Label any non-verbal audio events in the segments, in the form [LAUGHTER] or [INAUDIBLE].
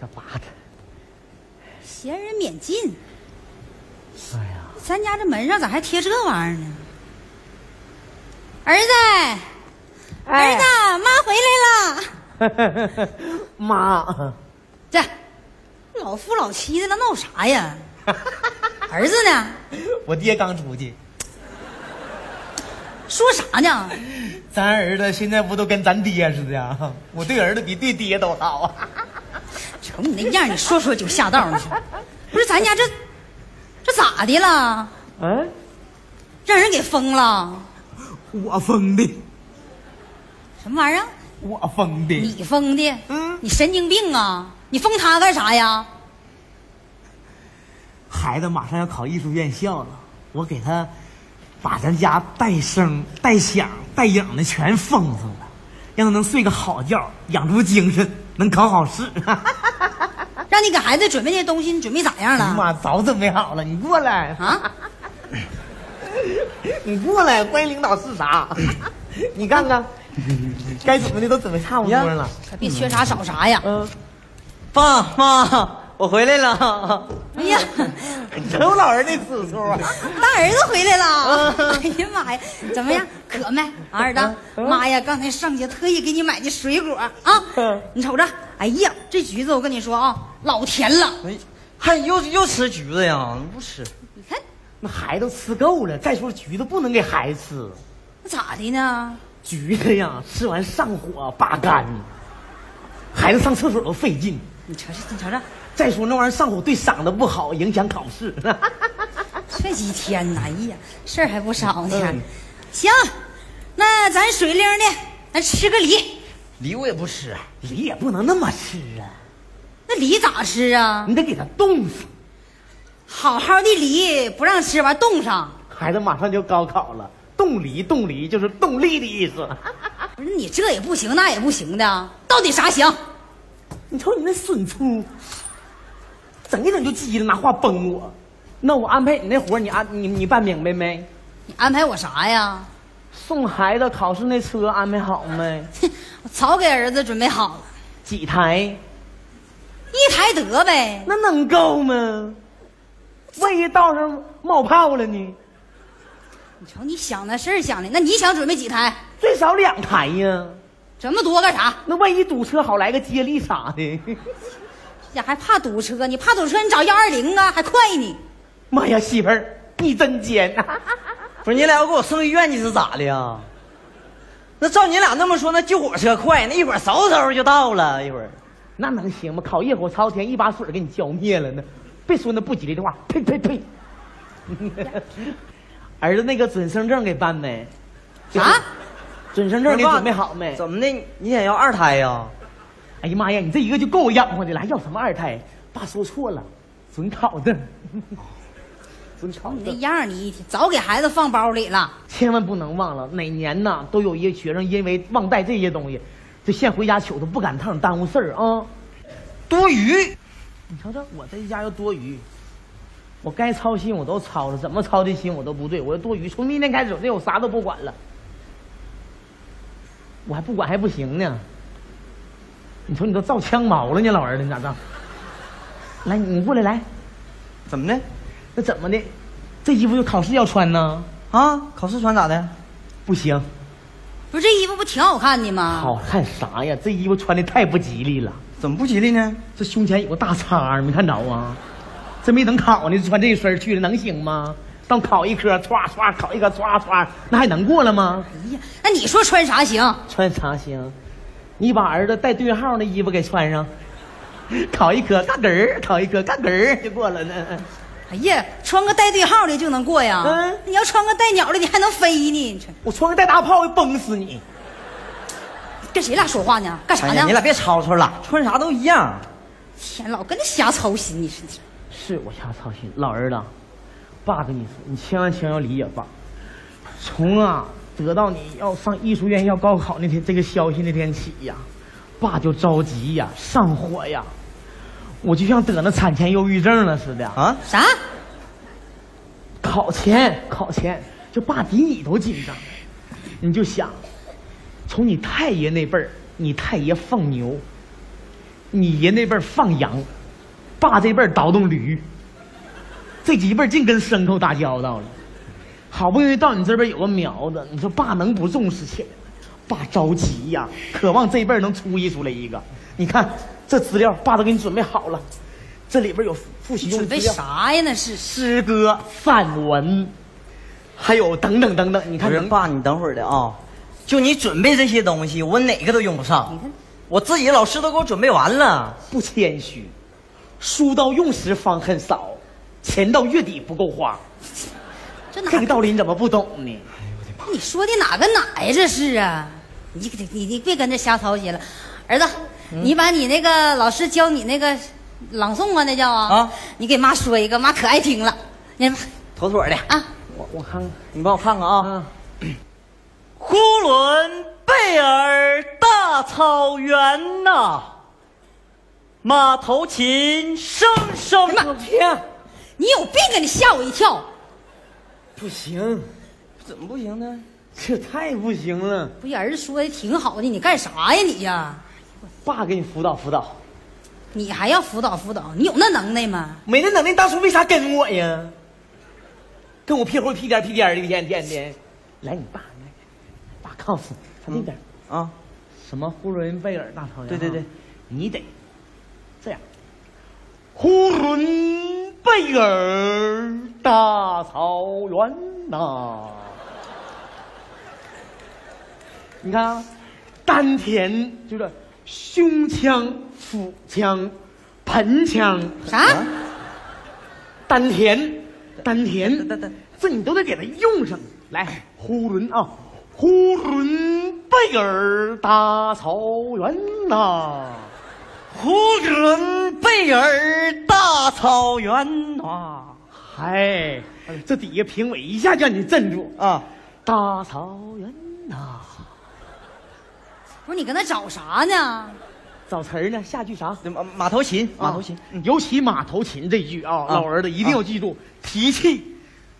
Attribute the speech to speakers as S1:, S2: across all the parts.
S1: 这拔的，
S2: 闲人免进。
S1: 哎呀，
S2: 咱家这门上咋还贴这玩意儿呢？儿子，儿
S3: 哎
S2: 子，，妈回来了。
S1: [LAUGHS] 妈，
S2: 这老夫老妻的，那闹啥呀？
S1: [LAUGHS]
S2: 儿子呢？
S1: 我爹刚出去，
S2: 说啥呢？
S1: 咱儿子现在不都跟咱爹似的啊？我对儿子比对爹都好啊！
S2: 瞅你那样，你说说就下道你说不是咱家这这咋的了？
S1: 嗯，
S2: 让人给封了？
S1: 我疯的，
S2: 什么玩意儿？
S1: 我疯的，
S2: 你封的？
S1: 嗯
S2: 你神经病啊！你封他干啥呀？
S1: 孩子马上要考艺术院校了，我给他把咱家带声、带响、带影的全封上了，让他能睡个好觉，养出精神，能考好试。 [LAUGHS]
S2: 让你给孩子准备那东西，你准备咋样
S1: 哎呀
S2: 了？
S1: 妈，早准备好了，你过来，
S2: 啊？
S1: 你过来，关于领导是啥？ [LAUGHS] 你看
S4: [LAUGHS]
S1: 看，该准备的都准备差不多了。
S2: 可别缺啥少啥呀！
S1: 嗯，爸妈，我回来 [LAUGHS] 了。
S2: 哎呀，
S1: 瞅老人那指数啊！
S2: 大儿子回来了！ [LAUGHS] 哎呀妈呀，怎么样？渴没？啊儿子，妈呀，刚才上街特意给你买的水果啊！你瞅着，哎呀，这橘子我跟你说啊，老甜了！
S4: [LAUGHS] 哎，还又又吃橘子呀？不吃，
S2: 你看
S1: 那孩子都吃够了，再说橘子不能给孩子吃。
S2: 那咋的呢？
S1: 橘子呀，吃完上火拔干，孩子上厕所都费劲。
S2: 你瞅瞅，你瞅瞅，
S1: 再说那玩意儿上火对嗓子不好，影响考试。
S2: 这几天呐，哎呀，事儿还不少呢。 [LAUGHS] 行，那咱水灵的，咱吃个梨。
S4: 梨我也不吃。啊
S1: 梨也不能那么吃啊，
S2: 那梨咋吃啊？
S1: 你得给它冻死。
S2: 好好的梨不让吃，完冻上。
S1: 孩子马上就高考了，冻梨冻梨就是动力的意思。
S2: 不是你这也不行，那也不行的，到底啥行？
S1: 你瞅你那损粗，整一整就急了，拿话崩我。那我安排你那活儿，你安你你办明白没？
S2: 你安排我啥呀？
S1: 送孩子考试那车安排好没？
S2: 哼我早给儿子准备好了，
S1: 几台？
S2: 一台得呗。
S1: 那能够吗？万一道上冒泡了呢？
S2: 你瞅你想那事儿想的，那你想准备几台？
S1: 最少两台呀。
S2: 这么多干啥？
S1: 那万一堵车，好来个接力啥的。
S2: 呀，还怕堵车？你怕堵车，你找幺二零啊，还快呢。
S1: 妈呀，媳妇儿，你真尖呐、
S4: 不是你俩要给我送医院，你是咋的呀？那照你俩那么说，那救火车快，那一会儿嗖嗖就到了，一会儿。
S1: 那能行吗？烤夜火朝天，一把水给你浇灭了呢。别说那不吉利的话，呸呸呸！ [LAUGHS] 儿子那个准生证给办没？
S2: 啥？
S1: 准生证给准备好没？
S4: 怎么的？你想要二胎呀？
S1: 哎呀妈呀，你这一个就够我养活的了，还要什么二胎？爸说错了，准考证，准考
S2: 你那
S1: 证，
S2: 样儿你一天早给孩子放包里了。
S1: 千万不能忘了，哪年呐都有一个学生因为忘带这些东西，就现回家糗都不赶趟，耽误事儿啊。
S4: 多余。
S1: 你瞧瞧，我这一家又多余，我该操心我都操了，怎么操的心我都不对，我又多余。从明天开始，我这我啥都不管了，我还不管还不行呢。你瞅你都造枪毛了呢，老儿子，你咋整？来，你过来来，
S4: 怎么的？
S1: 那怎么的？这衣服就考试要穿呢？
S4: 啊，考试穿咋的？
S1: 不行，
S2: 不是这衣服不挺好看的吗？
S1: 好看啥呀？这衣服穿的太不吉利了，
S4: 怎么不吉利呢？
S1: 这胸前有个大叉儿，没看着啊？这没等考呢，就穿这身儿去了，能行吗？到考一科，歘歘考一科，歘歘，那还能过了吗？
S2: 哎呀，那你说穿啥行？
S1: 穿啥行？你把儿子带对号那衣服给穿上， [LAUGHS] 考一科嘎嘣儿，考一科嘎嘣儿就过了呢。
S2: 哎呀，穿个带对号的就能过呀？
S1: 嗯
S2: 你要穿个带鸟的，你还能飞呢？你这
S1: 我穿个带大炮会崩死你！
S2: 跟谁俩说话呢？干啥
S4: 哎
S2: 呢？
S4: 呀，你俩别吵吵了，穿啥都一样。
S2: 天，老跟那瞎操心，你说你这。
S1: 是我瞎操心，老儿子，爸跟你说，你千万千万理解爸。从啊得到你要上艺术院要高考那天这个消息那天起呀、爸就着急呀、上火呀，我就像得那产前忧郁症了似的。
S4: 啊，
S2: 啥？
S1: 考前考前，就爸比你都紧张。你就想，从你太爷那辈儿，你太爷放牛，你爷那辈儿放羊，爸这辈儿倒动驴，这几辈儿净跟牲口打交道了。好不容易到你这边有个苗子，你说爸能不重视起来吗？爸着急呀、渴望这辈儿能出一出来一个。你看这资料，爸都给你准备好了，这里边有复习用
S2: 准
S1: 的
S2: 备
S1: 资料。
S2: 啥呀？那是
S1: 诗歌、散文，还有等等等等，你
S4: 不
S1: 看
S4: 是
S1: 人
S4: 爸，你等会儿的啊，就你准备这些东西，我哪个都用不上。我自己老师都给我准备完了，
S1: 不谦虚，书到用时方恨少，钱到月底不够花，
S2: 这哪
S1: 这个道理你怎么不懂呢？
S2: 你说的哪跟哪呀？这是啊，你你你你别跟着瞎操心了，儿子，
S1: 嗯
S2: 你把你那个老师教你那个朗诵啊，那叫啊，
S4: 啊
S2: 你给妈说一个，妈可爱听了。你妈
S4: 妥妥的。
S2: 啊，
S1: 我我看
S4: 你帮我看看
S1: 看
S4: 啊，
S1: 啊，
S4: 呼伦贝尔大草原呐、马头琴声声
S2: 哎呀妈
S1: 啊
S4: 天，
S2: 你有病啊！你吓我一跳。
S1: 不行，
S4: 怎么不行呢？
S1: 这太不行了，
S2: 不是儿子说的挺好的，你干啥呀你呀？
S1: 爸给你辅导辅导，
S2: 你还要辅导辅导？你有那能耐吗？
S1: 没那能耐，当初为啥跟我呀？跟我屁股屁颠屁颠的，一天天的。来，你爸，来，爸告诉你，他那边。
S4: 啊，
S1: 什么呼伦贝尔大草原？啊
S4: 对对对，
S1: 你得这样。呼伦贝尔大草原呐、你看啊，丹田就是胸腔、腹腔、盆腔、
S2: 啥？
S1: 啊丹田、丹田，
S4: 丹丹
S1: 这你都得给它用上。来，呼伦啊，呼伦贝尔大草原呐、
S4: 呼伦贝尔大草原呐、
S1: 嗨，这底下评委一下就让你镇住。
S4: 啊，
S1: 大草原呐、
S2: 不是你搁那找啥呢？
S1: 找词儿呢，下句啥？
S4: 马马头琴，马头琴，嗯
S1: 尤其马头琴这句啊，
S4: 啊
S1: 老儿子一定要记住，提气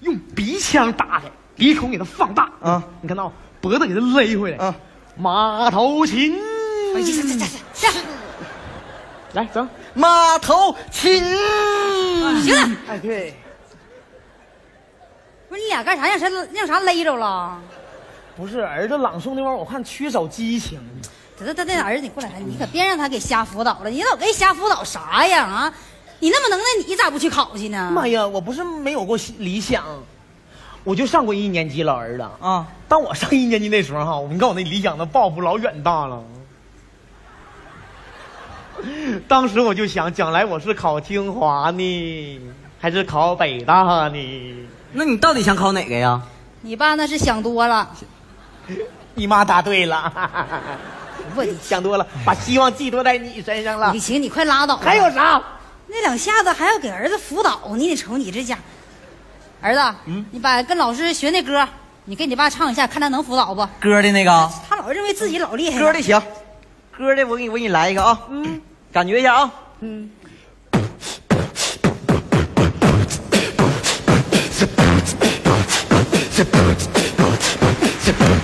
S1: 用鼻腔打开，鼻孔给它放大
S4: 啊
S1: 你看到脖子给它勒回来
S4: 啊
S1: 马头琴，嗯
S2: 哎呀，这这这这，
S1: 来走，
S4: 马头琴。
S2: 行了，
S1: 哎对，
S2: 不是你俩干啥？让谁让啥勒着了？
S1: 不是儿子朗诵那玩意儿，我看缺少激情。
S2: 得得得得，儿子，你过来，哎你可别让他给瞎辅导了，你老给瞎辅导啥呀啊？你那么能耐，你咋不去考去呢？
S1: 妈呀，我不是没有过理想，我就上过一年级，老儿子啊
S4: 啊，
S1: 当我上一年级那时候哈，你看我那理想的抱负老远大了。当时我就想，将来我是考清华呢，还是考北大呢？
S4: 那你到底想考哪个呀？
S2: 你爸那是想多了，
S1: 你妈答对了，
S2: 我的
S1: 想多了，把希望寄托在你身上了
S2: 你。行，你快拉倒吧。
S1: 还有啥？
S2: 那两下子还要给儿子辅导呢，你瞅你这家，儿子，
S1: 嗯
S2: 你把跟老师学那歌，你给你爸唱一下，看他能辅导不？
S4: 歌的那个，
S2: 他老认为自己老厉害了。
S4: 歌的行，歌的我给你我给你来一个啊，嗯，感觉一下啊，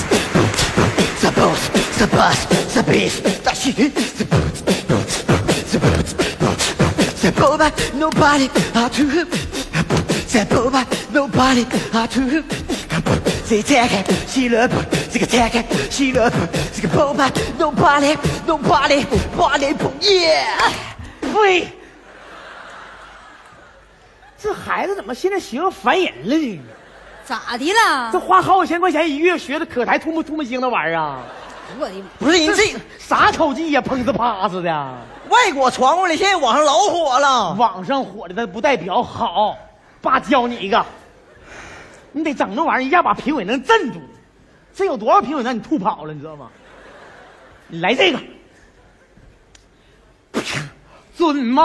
S3: the boss, the boss, the beast, the shit. The boba, nobody, I to him. The boba, nobody, I to him. The attack, she love, the attack, she love, the boba, nobody, nobody, body, yeah.
S1: 对，这孩子怎么现在学个烦人了呢？
S2: 咋的了
S1: 这？花好几千块钱一月学的，可才吐沫吐沫星那玩意儿啊！
S2: 我的妈！
S4: 不是人这
S1: 啥口技呀，砰呲啪呲的，
S4: [LAUGHS] 外国传过来，现在网上老火了。
S1: 网上火的，它不代表好。爸教你一个，你得整那玩意儿，一下把评委能镇住。这有多少评委让你吐跑了，你知道吗？你来这个，骏马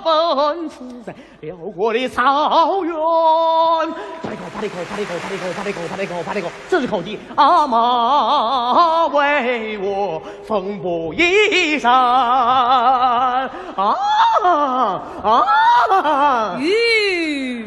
S1: 奔驰在辽国的草原，啪里口，啪里口，啪里口，啪里口，啪里口，啪里口，啪里口，这是口技。阿妈为我缝补衣裳，啊啊！
S2: 吁！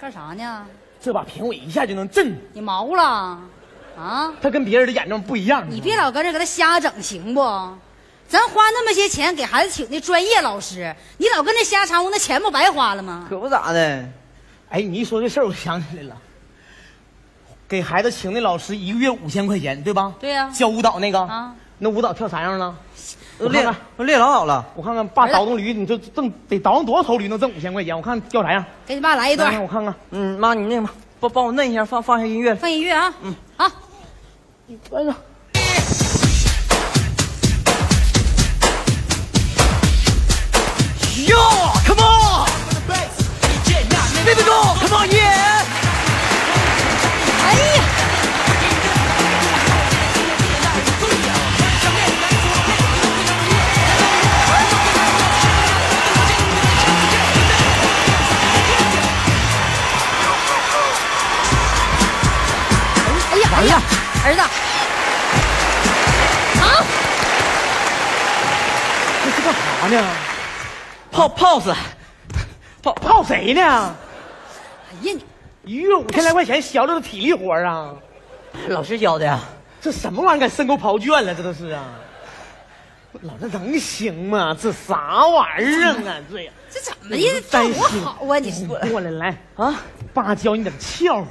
S2: 干啥呢？
S1: 这把评委一下就能震住。
S2: 你毛了？啊！
S1: 他跟别人的眼睛不一样。
S2: 你别老搁这搁他瞎整行不？咱花那么些钱给孩子请的专业老师，你老跟这瞎掺和，那钱不白花了吗？
S4: 可不咋的，
S1: 哎，你一说这事儿，我想起来了。给孩子请的老师一个月五千块钱，对吧？
S2: 对呀
S1: 教舞蹈那个，
S2: 啊
S1: 那舞蹈跳啥样了？
S4: 都
S1: 我看
S4: 练
S1: 看，
S4: 都练老好了。
S1: 我看看，
S4: 哎
S1: 爸倒腾驴，你这挣得倒腾多少头驴能挣五千块钱？我看跳啥样？
S2: 给你爸来一
S1: 来来
S2: 段，
S1: 我看看。
S4: 嗯，妈，你那什么，帮帮我摁一下，放放下音乐。
S2: 放音乐啊！好，
S1: 哎呀，
S4: Yo, come on, baby girl, come on, yeah.
S2: 哎呀，哎呀，哎呀，儿子，啊好，
S1: 这是干啥呢？
S4: 泡 pose，泡泡
S1: 泡谁呢？
S2: 哎呀你。
S1: 一月五千来块钱，消这体力活儿啊！
S4: 老师教的呀。
S1: 这什么玩意儿？敢申沟刨圈了？这都是啊！老这能行吗？这啥玩意儿
S4: [LAUGHS]
S1: 啊？这呀，
S2: 这怎么的？照
S1: 担
S2: 我
S1: 心
S2: 好啊！你说
S1: 过来来，
S4: 啊，
S1: 爸教你点窍活，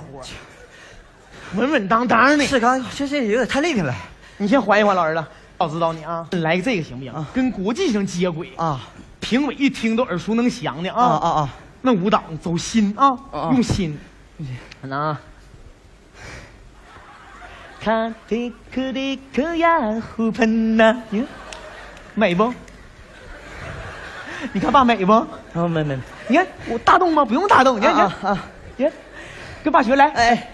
S1: 稳稳当当的。
S4: 是刚这这有点太累挺了
S1: 你先缓一缓，老儿子，我指导你啊。来这个行不行
S4: 啊？
S1: 跟国际上接轨，
S4: 啊
S1: 评委一听都耳熟能详的
S4: 啊
S1: 啊
S4: 啊啊！
S1: 那舞蹈你走心啊，
S4: 啊
S1: 用心。看呐啊。卡迪克迪克呀，呼喷呐，哟美不？你看爸美不？
S4: 啊，没没，
S1: 你看我大动吗？不用大动，你看你看
S4: 啊啊，
S1: 你看，跟爸学来。
S4: 哎，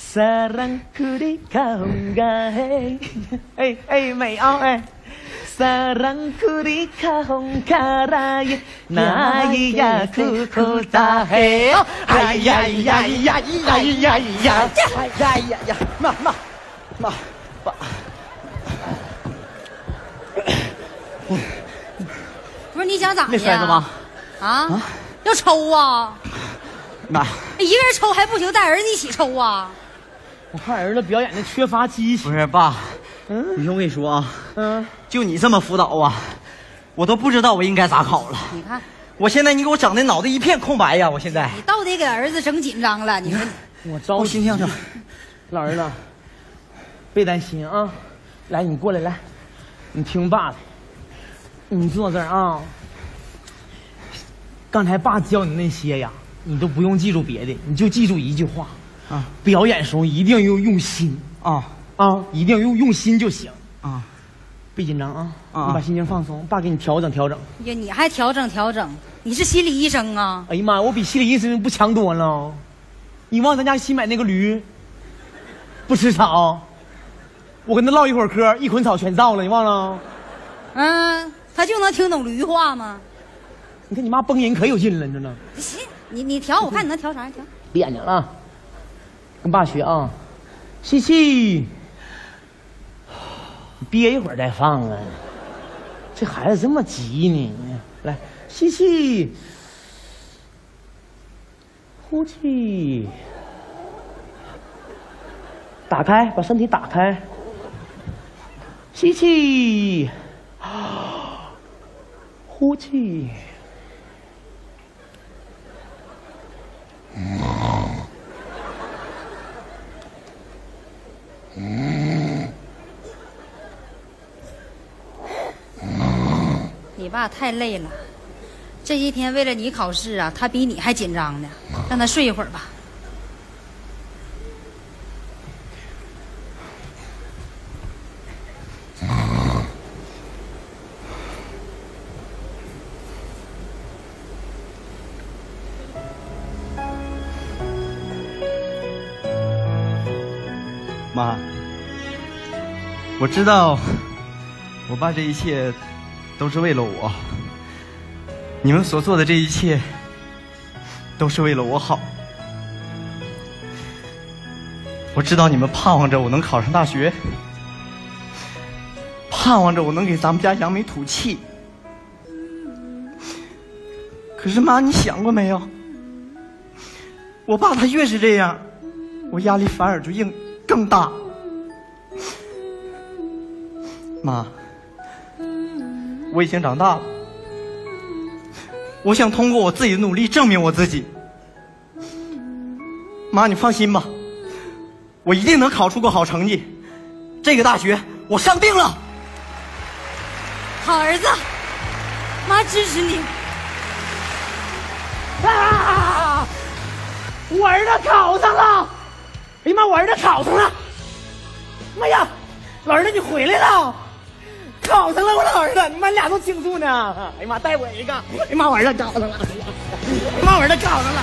S1: 사랑 그리가 홍가해 에이 에이 메이 어 에이 사랑 그리가 홍가라에 나이야 쿠쿠다해 아야야야야야야
S4: 哎呀呀呀，妈妈妈爸，
S2: 不是你想咋的
S4: 没摔
S2: 呀
S4: 着吧？
S2: 啊，要抽啊！哎
S4: 妈，
S2: 一个人抽还不行，带儿子一起抽啊！
S1: 我看儿子表演的缺乏激
S4: 不
S1: 情
S4: 是爸，
S1: 嗯
S4: 你听我跟你说啊，
S1: 嗯
S4: 就你这么辅导啊，我都不知道我应该咋考了。
S2: 你看，
S4: 我现在你给我整的脑袋一片空白呀！我现在
S2: 你到底给儿子整紧张了，你说你
S1: 我着
S4: 我心
S1: 急
S4: 跳上，
S1: 老儿子别担心啊来你过来来你听爸的你坐这儿啊刚才爸教你那些呀你都不用记住别的你就记住一句话
S4: 啊
S1: 表演时候一定要用心
S4: 啊
S1: 啊，一定要用用心就行，
S4: 啊！
S1: 别紧张啊，
S4: 啊啊
S1: 你把心情放松，爸给你调整调整。
S2: 哎呀，你还调整调整？你是心理医生啊？
S1: 哎呀妈呀，我比心理医生不强多了。你忘咱家新买那个驴，不吃草，我跟他唠一会儿嗑，一捆草全造了，你忘了？
S2: 嗯，他就能听懂驴话吗？
S1: 你看你妈崩人可有劲了，你知道吗？
S2: 行，你你调，我看你能调啥？调
S1: 闭眼睛了啊，跟爸学啊，吸气，憋一会儿再放啊。这孩子这么急呢，来吸气，呼气，打开，把身体打开，吸气，呼气。
S2: 你爸太累了，这些天为了你考试啊，他比你还紧张呢。让他睡一会儿吧。
S4: 妈，我知道，我爸这一切都是为了我，你们所做的这一切都是为了我好。我知道你们盼望着我能考上大学，盼望着我能给咱们家扬眉吐气。可是妈，你想过没有？我爸他越是这样，我压力反而就硬更大。
S5: 妈，我已经长大了，我想通过我自己的努力证明我自己。妈，你放心吧，我一定能考出个好成绩。这个大学我上定了。
S2: 好儿子，妈支持你。
S3: 啊！我儿子考上了！哎呀妈，我儿子考上了！妈呀，老儿子你回来了！考上了我老儿子，你妈俩都庆祝呢！哎呀妈，带我一个！哎呀妈，我儿子考上了！哎呀妈，我儿子考上了！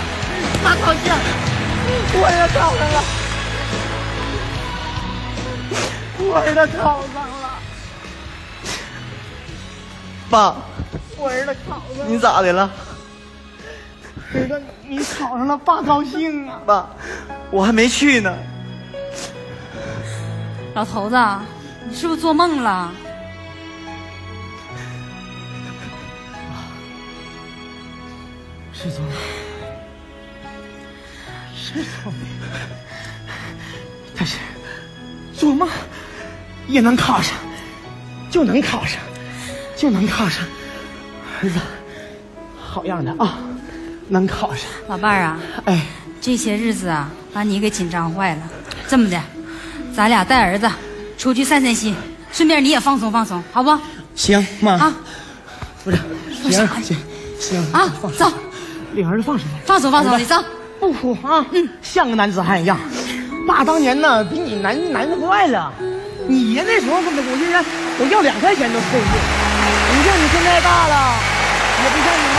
S3: 妈高兴，我儿子考上了！我儿子考上了！
S5: 爸，
S3: 我儿子考上了！
S5: 你咋的了？
S3: 儿子，你考上了，爸高兴啊！
S5: 爸，我还没去呢。
S2: 老头子，你是不是做梦了？
S3: 是聪明，是聪明，但是做梦也能考上，就能考上，就能考上。儿子，好样的啊，能考上！
S2: 老伴儿啊，
S3: 哎，
S2: 这些日子啊，把你给紧张坏了。这么的，咱俩带儿子出去散散心，顺便你也放松放松，好不？
S3: 行妈
S2: 啊
S3: 不是，啊行
S2: 啥呀
S3: 行行
S2: 啊，走，
S3: 领儿子放手，
S2: 放松放松，你走。
S3: 不哭啊，嗯，像个男子汉一样。爸当年呢，比你难难坏了。你爷那时候，我我竟然我要两块钱都费劲。你像你现在大了，也不像你